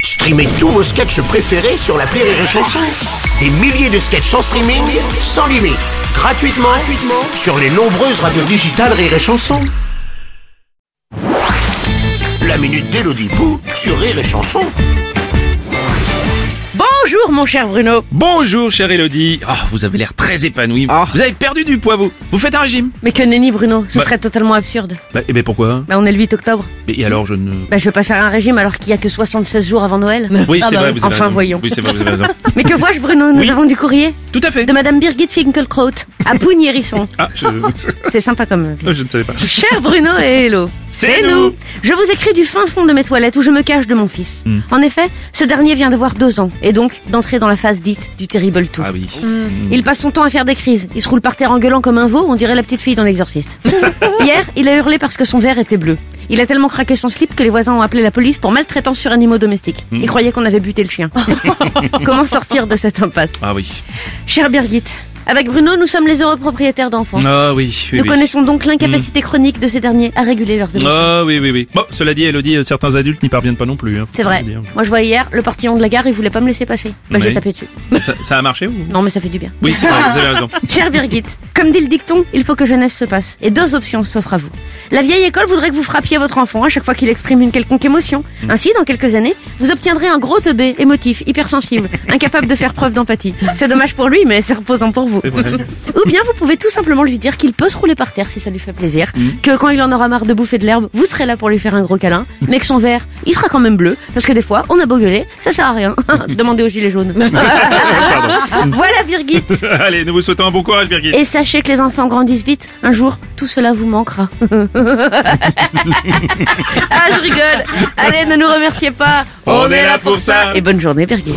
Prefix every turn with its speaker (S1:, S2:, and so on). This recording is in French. S1: Streamez tous vos sketchs préférés sur la Rire et Chanson. Des milliers de sketchs en streaming, sans limite, gratuitement, gratuitement sur les nombreuses radios digitales Rire et Chanson. La minute d'Elodie Pou sur Rire et Chanson.
S2: Bonjour mon cher Bruno.
S3: Bonjour chère Elodie. Ah, vous avez l'air très épanouie.
S2: Ah.
S3: Vous avez perdu du poids vous. Vous faites un régime.
S2: Mais que nenni Bruno, ce
S3: Bah-
S2: serait totalement absurde.
S3: Bah, et ben pourquoi
S2: Bah on est le 8 octobre.
S3: Et alors je ne.
S2: Bah je veux pas faire un régime alors qu'il y a que 76 jours avant Noël.
S3: Oui c'est
S2: bah
S3: vrai.
S2: oui.
S3: Vous avez
S2: Enfin,
S3: raison.
S2: voyons.
S3: Oui c'est vrai. Vous avez raison.
S2: Mais que vois-je Bruno Nous
S3: Oui.
S2: avons du courrier
S3: Tout à fait.
S2: de Madame Birgit Finkelkraut à Pougnérisson.
S3: Ah je...
S2: C'est sympa comme vie.
S3: je ne savais pas.
S2: Cher Bruno et Hello,
S3: C'est nous.
S2: Je vous écris du fin fond de mes toilettes où je me cache de mon fils.
S3: Hmm.
S2: En effet, ce dernier vient d'avoir deux ans et donc d'entrer dans la phase dite du terrible tout.
S3: Ah oui.
S2: Il passe son temps à faire des crises. Il se roule par terre en gueulant comme un veau, on dirait la petite fille dans l'exorciste. Hier, il a hurlé parce que son verre était bleu. Il a tellement craqué son slip que les voisins ont appelé la police pour maltraitance sur animaux domestiques.
S3: Hmm.
S2: Il croyait qu'on avait buté le chien. Comment sortir de cette impasse
S3: Ah oui.
S2: Cher Birgit, avec Bruno, nous sommes les heureux propriétaires d'enfants.
S3: Ah oui. oui,
S2: Nous
S3: oui. Hmm.
S2: connaissons donc l'incapacité chronique de ces derniers à réguler leurs émotions.
S3: Ah oui oui oui. Bon cela dit Elodie euh, certains adultes n'y parviennent pas non plus. hein.
S2: C'est vrai.
S3: Faut le dire.
S2: Moi, je vois hier, le portillon de la gare, il voulait pas me laisser passer. Bah, j'ai
S3: Oui.
S2: tapé dessus.
S3: Ça, ça a marché ou
S2: Non, mais ça fait du bien.
S3: Oui c'est vrai, vous avez raison.
S2: Cher Birgit, comme dit le dicton, il faut que jeunesse se passe. Et deux options s'offrent à vous. La vieille école voudrait que vous frappiez votre enfant à chaque fois qu'il exprime une quelconque émotion.
S3: Hmm.
S2: Ainsi, dans quelques années, vous obtiendrez un gros teubé, émotif, hypersensible, incapable de faire preuve d'empathie. C'est dommage pour lui, mais c'est reposant pour vous.
S3: C'est vrai.
S2: Ou bien vous pouvez tout simplement lui dire qu'il peut se rouler par terre si ça lui fait plaisir,
S3: Hmm.
S2: que quand il en aura marre de bouffer de l'herbe, vous serez là pour lui faire un gros câlin,
S3: Hmm.
S2: mais que son verre, il sera quand même bleu, parce que des fois, on a beau gueuler, ça sert à rien. Demandez aux gilets jaunes. voilà Birgit
S3: Allez nous vous souhaitons un bon courage Birgit.
S2: et sachez que les enfants grandissent vite. Un jour, tout cela vous manquera. ah, je rigole. Allez, ne nous remerciez pas.
S3: On est là pour ça.
S2: Et bonne journée, Birgit.